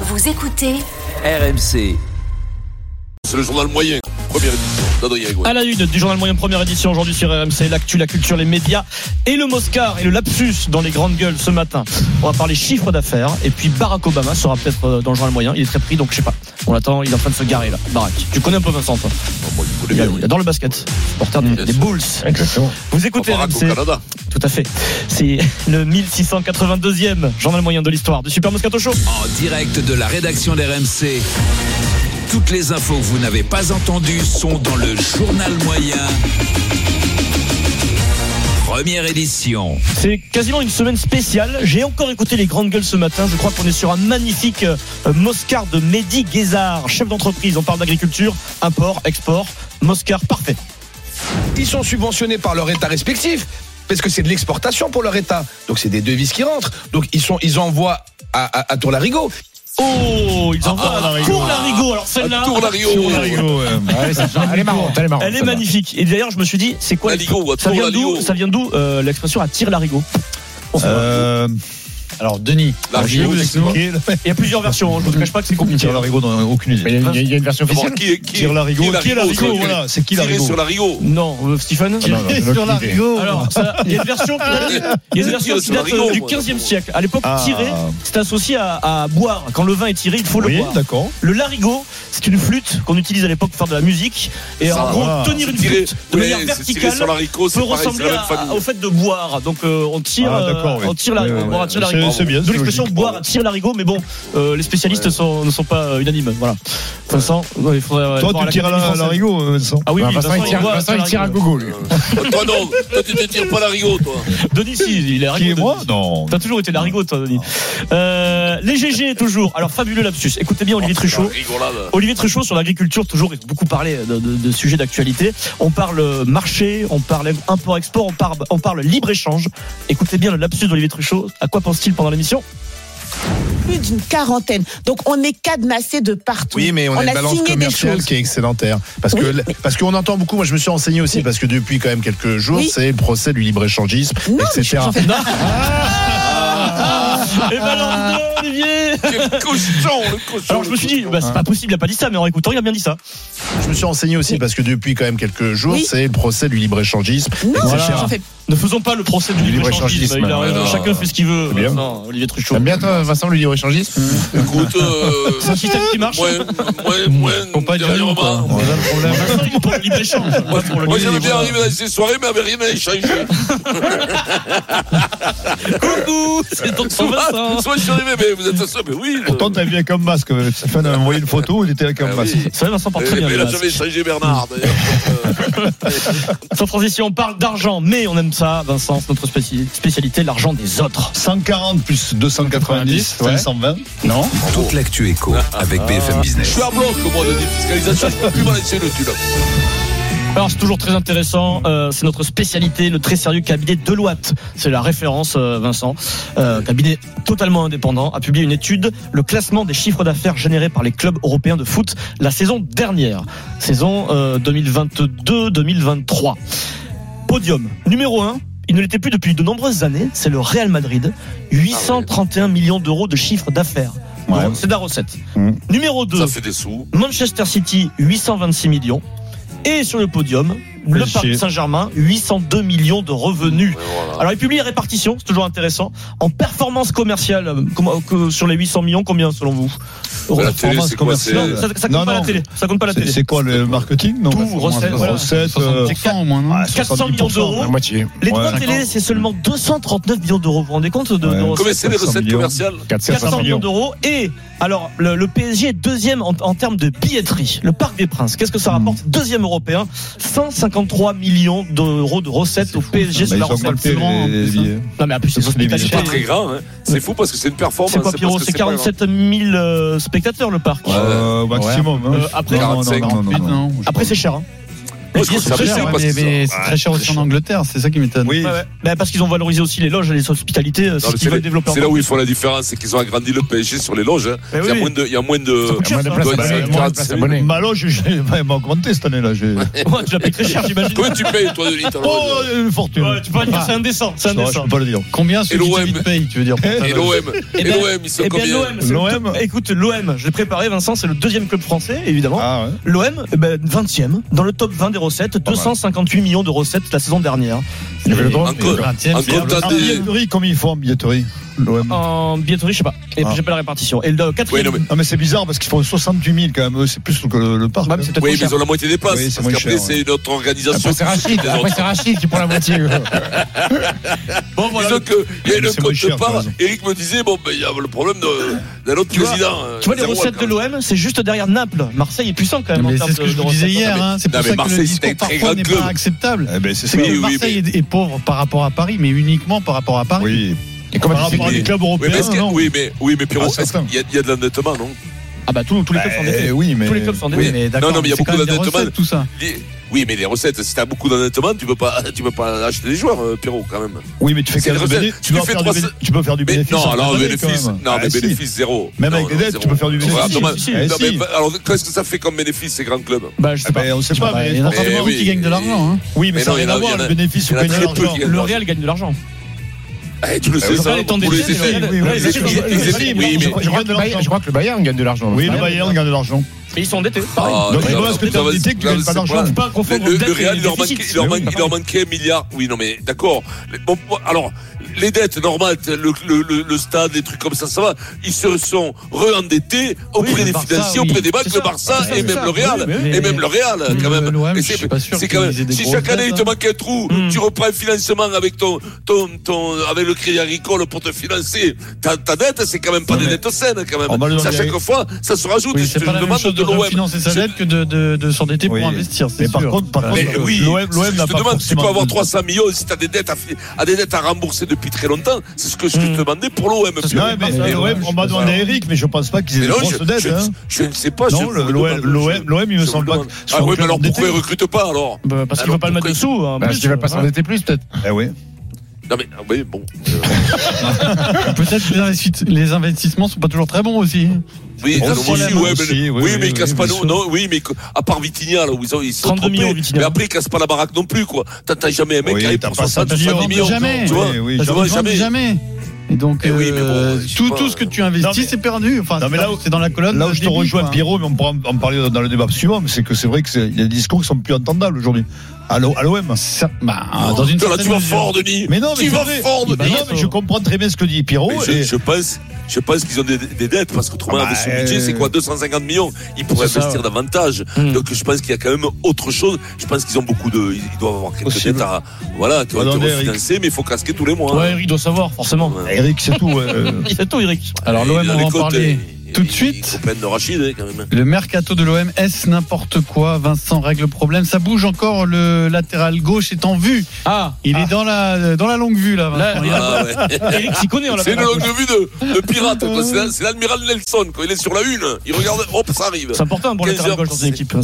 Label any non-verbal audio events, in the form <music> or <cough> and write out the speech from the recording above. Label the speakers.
Speaker 1: Vous écoutez
Speaker 2: RMC.
Speaker 3: C'est le journal moyen. Première édition d'Adrien Gouin.
Speaker 4: À la une du journal moyen première édition aujourd'hui sur RMC, l'actu, la culture, les médias et le Moscar et le lapsus dans les grandes gueules ce matin. On va parler chiffre d'affaires et puis Barack Obama sera peut-être euh, dans le journal moyen. Il est très pris donc je sais pas. On l'attend, il est en train de se garer là. Barack, tu connais un peu Vincent toi
Speaker 3: Ah, moi, je connais
Speaker 4: Il
Speaker 3: bien, oui.
Speaker 4: adore le basket, supporter des,
Speaker 3: Bien
Speaker 4: des
Speaker 3: sûr.
Speaker 4: Bulls.
Speaker 5: Exactement.
Speaker 4: Vous écoutez
Speaker 3: Barack au
Speaker 4: RMC,
Speaker 3: Canada.
Speaker 4: tout à fait. C'est <laughs> le 1682e journal moyen de l'histoire du Super Moscato Show.
Speaker 2: En direct de la rédaction d'RMC. Toutes les infos que vous n'avez pas entendues sont dans le journal moyen. Première édition.
Speaker 4: C'est quasiment une semaine spéciale. J'ai encore écouté les grandes gueules ce matin. Je crois qu'on est sur un magnifique euh, Moscar de Mehdi Guézard, chef d'entreprise. On parle d'agriculture, import, export. Moscar, parfait.
Speaker 6: ils sont subventionnés par leur État respectif, parce que c'est de l'exportation pour leur État. Donc c'est des devises qui rentrent. Donc ils, sont, ils envoient à, à, à Tour-Larigot.
Speaker 4: Oh, ils envoient
Speaker 3: Ah, ah,
Speaker 4: un
Speaker 3: Larigot.
Speaker 4: cours Larigot. Alors
Speaker 5: Ah,
Speaker 4: celle-là,
Speaker 3: Tour-Larigot.
Speaker 5: euh, Elle est marrante, elle est marrante.
Speaker 4: elle est magnifique. Et d'ailleurs, je me suis dit, c'est quoi
Speaker 3: Larigot,
Speaker 4: l'expression-
Speaker 3: à
Speaker 4: ça vient
Speaker 3: Tour-Larigot.
Speaker 4: d'où Ça vient d'où euh, l'expression attire Larigot On sait pas.
Speaker 5: Euh, alors, Denis,
Speaker 3: La
Speaker 5: je vais
Speaker 3: Rio,
Speaker 5: vous
Speaker 3: c'est quoi
Speaker 5: expliquer.
Speaker 4: Il y a plusieurs versions. hein. Je vous cache pas que c'est compliqué.
Speaker 5: Tire Larigot, dans aucune idée.
Speaker 4: il y a- il
Speaker 5: une version
Speaker 3: D'abord, qui est- qui est-
Speaker 5: Tire Larigot,
Speaker 3: qui est
Speaker 5: qui est
Speaker 3: Larigot,
Speaker 5: Larigot
Speaker 3: c'est-
Speaker 5: Voilà, c'est qui
Speaker 3: Tirez
Speaker 5: Larigot
Speaker 3: sur Larigot.
Speaker 4: Non, euh, Stephen.
Speaker 5: Ah non, non, aucune idée.
Speaker 4: Alors, ça, il y a une version, il y a une version qui date euh, du 15e siècle. À l'époque,
Speaker 5: Ah.
Speaker 4: tirer, c'est associé à, à boire. Quand le vin est tiré, il faut le
Speaker 5: Oui,
Speaker 4: boire.
Speaker 5: d'accord.
Speaker 4: Le larigot, c'est une flûte qu'on utilise à l'époque pour faire de la musique. Et
Speaker 3: Ça
Speaker 4: en
Speaker 3: va.
Speaker 4: gros,
Speaker 5: Ah.
Speaker 4: tenir une
Speaker 3: Tirez-
Speaker 4: flûte de
Speaker 3: ouais,
Speaker 4: manière
Speaker 3: c'est tiré sur
Speaker 4: verticale
Speaker 3: Larigot, c'est
Speaker 4: peut
Speaker 3: pareil, c'est
Speaker 4: ressembler
Speaker 3: la même
Speaker 4: à- <laughs>
Speaker 3: famille.
Speaker 4: au fait de boire. Donc, euh, on tire,
Speaker 5: Ah, d'accord,
Speaker 4: euh,
Speaker 5: oui.
Speaker 4: on tire larigot.
Speaker 5: Oui, oui,
Speaker 4: boire à
Speaker 5: oui.
Speaker 4: tire larigot.
Speaker 5: C'est- c'est bien,
Speaker 4: D'où
Speaker 5: c'est
Speaker 4: l'expression
Speaker 5: logique.
Speaker 4: boire à tire larigot, mais bon, euh, les spécialistes sont- ne sont pas euh, unanimes. Voilà. Vincent, ouais, il faudrait. aller
Speaker 5: Toi,
Speaker 4: voir
Speaker 5: tu
Speaker 4: la
Speaker 5: tires
Speaker 4: Comédie
Speaker 5: la-
Speaker 4: Française.
Speaker 5: Larigot, euh, Vincent.
Speaker 4: Ah oui, oui, Vincent, il boit à tire larigot.
Speaker 5: gogo,
Speaker 4: Oh,
Speaker 3: Euh, Toi, non. Toi, tu te tires pas Larigot, toi.
Speaker 4: Denis, si, il est
Speaker 5: Qui est
Speaker 4: larigot,
Speaker 5: moi
Speaker 4: Denis.
Speaker 5: Non.
Speaker 4: T'as toujours été la rigote, toi, Denis. Euh, les GG, toujours. Alors, fabuleux lapsus. Écoutez bien Olivier Truchot.
Speaker 3: Rigolade.
Speaker 4: Olivier Truchot sur l'agriculture, toujours, ils ont beaucoup parlé de, de- de sujets d'actualité. On parle euh, marché, on parle import-export, on parle, on parle libre-échange. Écoutez bien le lapsus d'Olivier Truchot. À quoi pense-t-il pendant l'émission
Speaker 7: plus d'une quarantaine. Donc on est cadenassé de partout.
Speaker 8: Oui, mais on, a une balance
Speaker 7: signé des
Speaker 8: commerciale
Speaker 7: choses.
Speaker 8: qui est excédentaire. Parce
Speaker 7: Oui,
Speaker 8: que parce qu'on entend beaucoup, moi je me suis renseigné aussi, parce que depuis quand même quelques jours,
Speaker 7: Oui.
Speaker 8: c'est le procès du libre-échangisme,
Speaker 7: Non, mais
Speaker 8: etc.
Speaker 7: j'en fais pas.
Speaker 4: Et balance de Olivier
Speaker 3: Quel cochon, le cochon.
Speaker 4: Alors, je me suis dit, bah, c'est pas possible, il a pas dit ça, mais en écoutant, il a bien dit ça.
Speaker 8: Je me suis renseigné aussi,
Speaker 7: Oui.
Speaker 8: parce que depuis quand même quelques jours,
Speaker 7: Oui.
Speaker 8: c'est le procès du libre-échangisme.
Speaker 7: Non,
Speaker 8: Voilà.
Speaker 7: j'en fais
Speaker 4: Ne faisons pas le procès du libre-échangisme.
Speaker 8: libre-échangisme.
Speaker 4: Il a
Speaker 3: Ouais,
Speaker 4: raison,
Speaker 3: non.
Speaker 4: Chacun fait ce qu'il veut.
Speaker 8: bien.
Speaker 4: Non, Olivier Truchot.
Speaker 8: T'aimes bien, toi, Vincent, le libre-échangisme
Speaker 3: Écoute, euh,
Speaker 4: C'est un système qui marche.
Speaker 3: moins, moins,
Speaker 5: Faut
Speaker 3: moins,
Speaker 5: pas être jaloux, quoi.
Speaker 3: dernièrement.
Speaker 5: On a le problème.
Speaker 4: Vincent, il est <laughs> pour le libre-échange.
Speaker 3: Moi,
Speaker 4: Pour le
Speaker 3: moi, j'aime
Speaker 4: libre-échange.
Speaker 3: bien arriver dans ces soirées, mais avec rien à
Speaker 4: <laughs>
Speaker 3: échanger.
Speaker 4: Coucou, c'est donc son Vincent.
Speaker 3: Soit soit je suis arrivé, mais vous êtes à ça, mais oui.
Speaker 5: Pourtant, t'as vu avec un masque. euh, Stéphane a envoyé une photo, il était avec un
Speaker 3: Ah
Speaker 5: masque.
Speaker 3: oui.
Speaker 4: C'est vrai, Vincent porte très
Speaker 3: Mais
Speaker 4: bien. le
Speaker 3: mais là,
Speaker 4: masque.
Speaker 3: j'avais échangé Bernard, d'ailleurs.
Speaker 4: <laughs> Sans transition, on parle d'argent, mais on aime ça, Vincent, c'est notre spéci- spécialité, l'argent des autres.
Speaker 5: 140 plus 290,
Speaker 4: Ouais.
Speaker 5: 520. Non
Speaker 2: Toute l'actu éco avec BFM
Speaker 3: Je
Speaker 2: Business.
Speaker 3: suis à bloc, moi, de défiscalisation. Je peux plus m'en laisser le cul, là.
Speaker 4: Alors c'est toujours très intéressant, euh, c'est notre spécialité, le très sérieux cabinet Deloitte, c'est la référence euh, Vincent, Euh, cabinet totalement indépendant, a publié une étude, le classement des chiffres d'affaires générés par les clubs européens de foot la saison dernière, saison euh, 2022-2023. Podium numéro 1. Il ne l'était plus depuis de nombreuses années, c'est le Real Madrid, 831 millions d'euros de chiffre d'affaires.
Speaker 5: Ouais.
Speaker 4: Donc, C'est de la recette.
Speaker 5: Mmh.
Speaker 4: Numéro 2,
Speaker 3: Ça fait des sous.
Speaker 4: Manchester City, 826 millions. Et sur le podium, le
Speaker 5: Chier.
Speaker 4: Paris Saint-Germain, 802 millions de revenus.
Speaker 3: Mais voilà.
Speaker 4: Alors, il publie les répartitions, c'est toujours intéressant. En performance commerciale, euh, comment- que- sur les 800 millions, combien selon vous
Speaker 3: la
Speaker 4: Performance
Speaker 3: télé, c'est quoi,
Speaker 4: commerciale.
Speaker 3: c'est-
Speaker 4: Non, ça, ça compte
Speaker 5: Non,
Speaker 4: pas
Speaker 5: non.
Speaker 4: la télé. Ça compte pas la
Speaker 5: C'est-
Speaker 4: télé.
Speaker 5: C'est quoi le marketing non
Speaker 4: Tout, recettes, voilà.
Speaker 5: recettes, euh,
Speaker 4: 60%,
Speaker 5: au moins, non
Speaker 4: 400 millions d'euros.
Speaker 5: La moitié.
Speaker 4: Les
Speaker 5: Ouais.
Speaker 4: droits télé, c'est seulement 239 millions d'euros. Vous vous rendez compte de,
Speaker 5: Ouais.
Speaker 4: de
Speaker 5: Combien
Speaker 3: Combien
Speaker 4: recettes
Speaker 3: c'est les recettes
Speaker 5: 400
Speaker 3: commerciales
Speaker 4: 400 millions d'euros. Et alors, le, le PSG est deuxième en, en termes de billetterie. Le Parc des Princes, qu'est-ce que ça rapporte Deuxième européen, 153 millions d'euros de recettes au PSG
Speaker 5: Bah,
Speaker 4: sur
Speaker 5: ils
Speaker 4: la
Speaker 5: ont
Speaker 4: recette.
Speaker 5: compté les- les billets.
Speaker 4: Non, mais en plus, hein. c'est
Speaker 5: Ils ont fait des
Speaker 3: C'est
Speaker 4: hospitalier.
Speaker 3: pas très grand, hein. C'est fou parce que c'est une performance. hein,
Speaker 4: C'est pas pyro,
Speaker 3: parce que
Speaker 4: c'est
Speaker 3: pas grand.
Speaker 4: 47 000 euh, spectateurs le parc.
Speaker 5: Euh, maximum. hein.
Speaker 4: Euh, après-
Speaker 5: Non, non, non, non, non, non.
Speaker 4: Après, c'est cher. hein. Les
Speaker 3: je trouve
Speaker 4: billets sont
Speaker 3: ça
Speaker 4: très
Speaker 3: bien,
Speaker 4: chers.
Speaker 3: ouais. parce
Speaker 1: mais
Speaker 3: que ça-
Speaker 1: mais c'est très cher aussi en Angleterre, c'est ça qui m'étonne.
Speaker 5: Oui.
Speaker 4: Ouais, ouais. Bah, parce qu'ils ont valorisé aussi les loges et les hospitalités, euh,
Speaker 3: Non,
Speaker 4: c'est ce
Speaker 3: mais
Speaker 4: qu'ils veulent
Speaker 3: c'est là-
Speaker 4: développer en
Speaker 3: c'est là où ils font la différence, c'est qu'ils ont agrandi le PSG sur les loges. hein.
Speaker 4: Mais
Speaker 3: Il y a
Speaker 4: oui.
Speaker 3: moins de. Il y a moins de.
Speaker 4: Ça coûte
Speaker 3: il y
Speaker 4: cher,
Speaker 3: a
Speaker 4: ça. Bah,
Speaker 3: moins de
Speaker 4: Ouais,
Speaker 3: doigts de-
Speaker 4: ouais,
Speaker 3: quarante-
Speaker 5: Ma loge, j'ai vraiment augmenté cette année-là. j'ai-
Speaker 4: Ouais, tu l'as payé très cher,
Speaker 3: <laughs>
Speaker 4: j'imagine.
Speaker 3: Combien tu payes, toi, de litre
Speaker 5: Oh, une fortune.
Speaker 4: Ouais, tu peux pas dire, c'est indécent. C'est
Speaker 5: Je ne
Speaker 4: indécent.
Speaker 5: peux pas le dire.
Speaker 3: Et
Speaker 1: Combien celui qui
Speaker 3: l'OM.
Speaker 1: te paye, tu veux dire pour ta
Speaker 3: Et
Speaker 1: loge
Speaker 3: l'OM
Speaker 4: Eh
Speaker 3: Et
Speaker 4: ben-
Speaker 3: l'OM, ils sont
Speaker 4: Eh bien,
Speaker 3: combien
Speaker 4: l'OM, c'est le
Speaker 5: L'OM.
Speaker 4: top- Écoute, l'OM, je l'ai préparé, Vincent, c'est le deuxième club français, évidemment.
Speaker 5: Ah, ouais.
Speaker 4: L'OM, eh ben, 20e, dans le top 20 des recettes, 258 millions de recettes la saison dernière.
Speaker 5: Il y avait le droit.
Speaker 3: Encore.
Speaker 1: Vingtième, c'est-
Speaker 3: Encore,
Speaker 5: En
Speaker 3: t'as des. Ah.
Speaker 5: billetterie, combien ils font en billetterie L'OM.
Speaker 4: En billetterie, je sais pas. Et
Speaker 5: Ah.
Speaker 4: J'ai pas la répartition. Et le
Speaker 3: Oui,
Speaker 4: quatrième.
Speaker 3: non, mais.
Speaker 5: Ah, mais c'est bizarre parce qu'ils font 68 000 quand même. Eux, C'est plus que le, le parc. hein.
Speaker 4: Ouais, mais c'est peut-être
Speaker 3: Oui, Bah,
Speaker 4: trop
Speaker 3: mais
Speaker 4: cher.
Speaker 3: ils ont la moitié des places.
Speaker 5: Oui, c'est
Speaker 3: parce
Speaker 5: moins
Speaker 3: qu'après,
Speaker 5: cher, ouais.
Speaker 3: c'est notre organisation. qui s'occupe des autres.
Speaker 1: c'est Rachid qui prend la moitié.
Speaker 3: <laughs>
Speaker 4: Bon, voilà.
Speaker 3: Disons que il y a
Speaker 5: Mais
Speaker 3: le
Speaker 5: c'est moins cher,
Speaker 3: compte
Speaker 5: t'as
Speaker 3: part.
Speaker 5: raison.
Speaker 3: Eric me disait, bon, ben, il y a le problème de- d'un autre
Speaker 4: Tu vois-
Speaker 3: président. euh,
Speaker 4: Tu vois, les
Speaker 3: zéro
Speaker 4: recettes de
Speaker 3: alcool.
Speaker 4: l'OM, c'est juste derrière Naples. Marseille est puissant quand même en
Speaker 1: Mais
Speaker 4: termes
Speaker 1: c'est ce que
Speaker 4: de-
Speaker 1: je
Speaker 4: de
Speaker 1: vous disais
Speaker 4: recettes.
Speaker 1: hier, hein, c'est
Speaker 3: Non,
Speaker 1: pour
Speaker 3: mais
Speaker 1: ça que le
Speaker 3: Marseille, c'est un
Speaker 1: discours
Speaker 3: très
Speaker 1: parfois
Speaker 3: grand
Speaker 1: n'est
Speaker 3: club.
Speaker 1: pas acceptable.
Speaker 5: Eh ben, c'est
Speaker 1: C'est
Speaker 5: ça.
Speaker 3: Oui,
Speaker 1: que
Speaker 3: oui,
Speaker 1: Marseille est est pauvre par rapport à Paris, mais uniquement par rapport à Paris.
Speaker 5: Oui.
Speaker 1: Et
Speaker 5: Par
Speaker 1: comment tu sais
Speaker 5: rapport à
Speaker 3: que-
Speaker 5: des clubs
Speaker 3: Oui, mais,
Speaker 5: européens,
Speaker 3: est-ce qu'il y a-
Speaker 5: non
Speaker 3: oui, mais, oui, mais Pierrot,
Speaker 5: Ah,
Speaker 3: est-ce
Speaker 5: certain.
Speaker 3: qu'il y a- il y a de l'endettement, non
Speaker 4: Ah bah tous tous les clubs sont
Speaker 5: Eh
Speaker 4: endettés.
Speaker 5: Oui, mais.
Speaker 4: Tous les clubs sont
Speaker 3: Oui.
Speaker 4: endettés.
Speaker 1: mais
Speaker 3: Non,
Speaker 1: d'accord,
Speaker 3: non, mais il y a
Speaker 1: c'est
Speaker 3: beaucoup
Speaker 1: quand même des
Speaker 3: d'endettement.
Speaker 1: recettes, tout ça.
Speaker 3: Les- Oui, mais les recettes, si t'as beaucoup d'endettement, tu peux pas, <laughs> tu peux pas acheter des joueurs, euh, Pierrot, quand même.
Speaker 5: Oui, mais tu fais
Speaker 3: C'est
Speaker 5: quand même
Speaker 3: le
Speaker 5: du
Speaker 3: recette.
Speaker 5: béné-
Speaker 3: Tu
Speaker 5: tu dois
Speaker 3: fais
Speaker 5: faire du
Speaker 3: 300
Speaker 5: béné- tu peux faire du
Speaker 3: Mais
Speaker 5: bénéfice.
Speaker 3: non,
Speaker 5: en
Speaker 3: alors
Speaker 5: année,
Speaker 3: bénéfice,
Speaker 5: quand même.
Speaker 3: non,
Speaker 5: Ah,
Speaker 3: mais
Speaker 5: si.
Speaker 3: bénéfice zéro.
Speaker 5: Même
Speaker 3: Non,
Speaker 5: avec des
Speaker 3: non,
Speaker 5: dettes,
Speaker 3: zéro.
Speaker 5: tu peux faire du bénéfice.
Speaker 3: Ah, dommage.
Speaker 5: Si, si, si.
Speaker 3: Non,
Speaker 5: Eh,
Speaker 3: mais
Speaker 5: si.
Speaker 3: bah, alors, qu'est-ce que ça fait comme bénéfice, ces grands clubs
Speaker 4: Bah je sais
Speaker 5: Eh
Speaker 4: pas.
Speaker 5: ben, on sait
Speaker 1: Je sais
Speaker 5: pas,
Speaker 1: pas,
Speaker 5: mais
Speaker 1: il y en a forcément
Speaker 3: Eh
Speaker 1: beaucoup
Speaker 3: oui.
Speaker 1: qui gagnent de l'argent. hein.
Speaker 5: oui, mais
Speaker 3: Mais
Speaker 5: ça
Speaker 3: non,
Speaker 5: n'a
Speaker 3: il y
Speaker 5: rien
Speaker 3: en a-
Speaker 5: à voir
Speaker 3: il y en a-
Speaker 5: le bénéfice
Speaker 3: il
Speaker 5: ou
Speaker 3: y en a
Speaker 5: gagner
Speaker 3: très
Speaker 5: de
Speaker 3: peu
Speaker 5: l'argent.
Speaker 3: qui gagnent.
Speaker 4: Le Real gagne de l'argent.
Speaker 3: Eh, Tu le sais,
Speaker 4: Le
Speaker 3: ça,
Speaker 4: Real est
Speaker 3: pour
Speaker 4: endetté,
Speaker 3: les
Speaker 4: mais le
Speaker 3: effets.
Speaker 4: Real- le Real est
Speaker 3: Les
Speaker 4: endetté.
Speaker 3: effets- les effets- oui, mais-
Speaker 5: Je crois que le Bayern- je
Speaker 1: crois que le Bayern gagne de l'argent.
Speaker 5: Oui, le Bayern gagne de l'argent.
Speaker 4: Mais ils sont endettés. pareil.
Speaker 3: Ah,
Speaker 5: Donc,
Speaker 3: mais
Speaker 5: je
Speaker 3: non,
Speaker 5: vois ce que
Speaker 3: non,
Speaker 5: t'as
Speaker 3: mais
Speaker 5: dit,
Speaker 3: c'est-
Speaker 5: que tu gagnes
Speaker 3: non,
Speaker 5: pas
Speaker 3: c'est
Speaker 5: d'argent.
Speaker 4: Faut pas
Speaker 3: Mais
Speaker 4: confondre
Speaker 3: le,
Speaker 4: dette
Speaker 3: le
Speaker 4: et
Speaker 3: Real, il leur
Speaker 4: déficit.
Speaker 3: manquait, il leur
Speaker 5: Mais oui,
Speaker 3: manque- il leur manquait un milliard. Oui, non, mais d'accord. Les- Bon, bon, alors, les dettes, normales, le, le, le, le stade, les trucs comme ça, ça va. Ils se sont re-endettés
Speaker 1: Oui,
Speaker 3: auprès
Speaker 1: le
Speaker 3: des
Speaker 1: Barça,
Speaker 3: financiers,
Speaker 1: oui.
Speaker 3: auprès des banques, le
Speaker 4: C'est ça.
Speaker 3: Barça
Speaker 4: C'est ça,
Speaker 3: et
Speaker 4: c'est
Speaker 3: même
Speaker 4: ça.
Speaker 3: le Real.
Speaker 1: Oui, mais-
Speaker 3: et même le Real,
Speaker 1: mais
Speaker 3: quand même.
Speaker 1: l'OM,
Speaker 3: Et
Speaker 1: je suis pas sûr
Speaker 3: c'est quand même.
Speaker 1: qu'ils aient des
Speaker 3: Si
Speaker 1: grosses
Speaker 3: chaque année,
Speaker 1: dettes,
Speaker 3: il te
Speaker 1: hein.
Speaker 3: manque un trou,
Speaker 4: Hmm.
Speaker 3: tu reprends le financement avec ton, ton, ton, avec le crédit agricole pour te financer. Ta, ta dette, c'est quand même pas
Speaker 5: Non,
Speaker 3: des
Speaker 5: mais-
Speaker 3: dettes saines, quand
Speaker 1: Oh,
Speaker 5: On
Speaker 1: bah,
Speaker 5: va
Speaker 3: même.
Speaker 5: le
Speaker 3: Ça,
Speaker 5: dire.
Speaker 3: chaque fois, ça se rajoute.
Speaker 1: Oui,
Speaker 3: Je
Speaker 1: c'est
Speaker 3: te
Speaker 1: pas la même
Speaker 3: demande
Speaker 1: chose de
Speaker 3: de l'OM.
Speaker 1: refinancer sa
Speaker 3: Je-
Speaker 1: dette que de, de, de s'endetter
Speaker 5: Oui.
Speaker 1: pour investir. c'est
Speaker 5: Mais par
Speaker 1: sûr.
Speaker 5: contre, par
Speaker 1: Ouais.
Speaker 5: contre,
Speaker 3: Mais oui,
Speaker 5: Euh, l'OM
Speaker 3: c'est ce que
Speaker 5: n'a
Speaker 3: je te
Speaker 5: pas
Speaker 3: demande, tu peux
Speaker 5: forcément
Speaker 3: avoir
Speaker 5: de-
Speaker 3: 300 millions si tu as des dettes à, fi- à des dettes à rembourser depuis très longtemps. C'est ce que je te demandais pour l'OM.
Speaker 5: Non, mais
Speaker 3: Mais
Speaker 5: Hmm. l'OM, on m'a demandé à Eric, mais je pense pas qu'ils aient
Speaker 3: mais
Speaker 5: de
Speaker 3: non,
Speaker 5: grosses
Speaker 3: je,
Speaker 5: dettes.
Speaker 3: je-
Speaker 5: hein.
Speaker 3: je ne sais pas.
Speaker 5: Non,
Speaker 3: je-
Speaker 5: le- l'OM, l'OM, l'OM, il me
Speaker 3: je
Speaker 5: semble
Speaker 3: vous
Speaker 5: pas.
Speaker 3: demande. Ah oui, mais alors pourquoi ils ne recrutent pas alors
Speaker 4: Bah, parce qu'il
Speaker 3: Alors,
Speaker 4: veut pas le mettre
Speaker 3: pourquoi-
Speaker 4: dessous. hein, en
Speaker 1: Bah,
Speaker 4: plus.
Speaker 1: parce qu'il va pas
Speaker 4: Voilà.
Speaker 1: s'endetter plus, peut-être.
Speaker 5: Eh oui.
Speaker 3: Non, mais ah oui, bon.
Speaker 4: Hein.
Speaker 1: Peut-être que les investis- les investissements sont pas toujours très bons aussi.
Speaker 3: Oui,
Speaker 5: Bon,
Speaker 3: non,
Speaker 5: c'est
Speaker 3: oui,
Speaker 5: la
Speaker 3: oui,
Speaker 5: main
Speaker 3: ouais, mais-
Speaker 5: aussi,
Speaker 3: oui,
Speaker 5: oui, oui,
Speaker 3: mais ils
Speaker 5: oui,
Speaker 3: cassent
Speaker 5: bien
Speaker 3: pas nous.
Speaker 5: sûr.
Speaker 3: Non, oui, mais que- à part Vitigna, là, où ils, ont, ils se sont
Speaker 4: 32 millions,
Speaker 3: trompés.
Speaker 4: Vitinha.
Speaker 3: Mais après, ils cassent pas la baraque non plus, quoi. T'as- T'as jamais un mec
Speaker 5: Oui,
Speaker 3: qui arrive
Speaker 5: t'as
Speaker 3: pour
Speaker 5: pas
Speaker 3: 60
Speaker 1: ça,
Speaker 3: 70 millions.
Speaker 1: jamais.
Speaker 3: Tu vois
Speaker 5: Oui, oui,
Speaker 3: Tu
Speaker 1: Parce
Speaker 5: jamais.
Speaker 3: vois,
Speaker 1: qu'ils vendent
Speaker 3: jamais.
Speaker 1: jamais. Et donc,
Speaker 3: Eh oui, mais bon,
Speaker 1: euh,
Speaker 3: je sais
Speaker 1: tout,
Speaker 3: pas.
Speaker 1: tout ce que tu
Speaker 5: Non, mais-
Speaker 1: investis, c'est perdu. Enfin,
Speaker 5: Non, mais
Speaker 1: c'est
Speaker 5: là
Speaker 1: dans-
Speaker 5: où-
Speaker 1: c'est dans la colonne.
Speaker 5: Là où je te
Speaker 1: débit,
Speaker 5: rejoins,
Speaker 1: quoi.
Speaker 5: Pierrot, mais on pourra en- en parler dans le débat suivant, mais c'est que c'est vrai que c'est- il y a des discours qui sont plus entendables aujourd'hui. À l'O- à l'OM.
Speaker 1: Ça-
Speaker 5: Ah,
Speaker 1: bah, dans une
Speaker 3: Tu vois,
Speaker 1: certaine
Speaker 3: tu vas
Speaker 1: mesure.
Speaker 3: fort, Denis.
Speaker 5: Mais non, mais
Speaker 3: Tu
Speaker 5: c'est
Speaker 3: vas
Speaker 5: vrai.
Speaker 3: fort,
Speaker 5: Bah
Speaker 3: Denis.
Speaker 5: non, mais je comprends très bien ce que dit Pierrot.
Speaker 3: Mais
Speaker 5: et-
Speaker 3: je, je pense, je pense qu'ils ont des, des dettes parce qu'autrement,
Speaker 5: Ah bah,
Speaker 3: avec ce budget,
Speaker 5: euh,
Speaker 3: c'est quoi 250 millions Ils pourraient
Speaker 4: c'est ça,
Speaker 3: investir davantage.
Speaker 4: Hmm.
Speaker 3: Donc je pense qu'il y a quand même autre chose. Je pense qu'ils ont beaucoup de. Ils doivent avoir quelques
Speaker 5: Possible.
Speaker 3: dettes à. Voilà, qui ont été
Speaker 5: Attendez, Eric.
Speaker 3: refinancées, mais il faut casquer tous les mois.
Speaker 4: Ouais, Eric doit savoir, forcément.
Speaker 3: Ouais.
Speaker 5: Eric, c'est tout. ouais, <laughs> euh,
Speaker 4: Il sait tout, Eric.
Speaker 1: Alors,
Speaker 3: Et
Speaker 1: l'OM,
Speaker 3: dans
Speaker 1: on
Speaker 3: les
Speaker 1: va en
Speaker 3: côtes, euh,
Speaker 1: parler
Speaker 3: et-
Speaker 1: tout de
Speaker 3: et-
Speaker 1: suite.
Speaker 3: et copain de Rachid, hein, quand même.
Speaker 1: Le mercato de l'OM, est-ce n'importe quoi Vincent règle le problème. Ça bouge encore, le latéral gauche est en vue.
Speaker 4: Ah,
Speaker 1: Il est dans la, dans la longue vue, là. Vincent.
Speaker 4: Là,
Speaker 1: Il y a-
Speaker 3: Ah ouais.
Speaker 4: Eric s'y connaît, on l'a
Speaker 3: C'est une
Speaker 4: pas
Speaker 3: longue vue de, de pirate. quoi. C'est la- c'est l'admiral Nelson. Quand il est sur la une, il regarde, hop, ça arrive.
Speaker 4: C'est important pour
Speaker 3: 15
Speaker 4: latéral
Speaker 3: heures,
Speaker 4: gauche dans une équipe. hein, Vincent.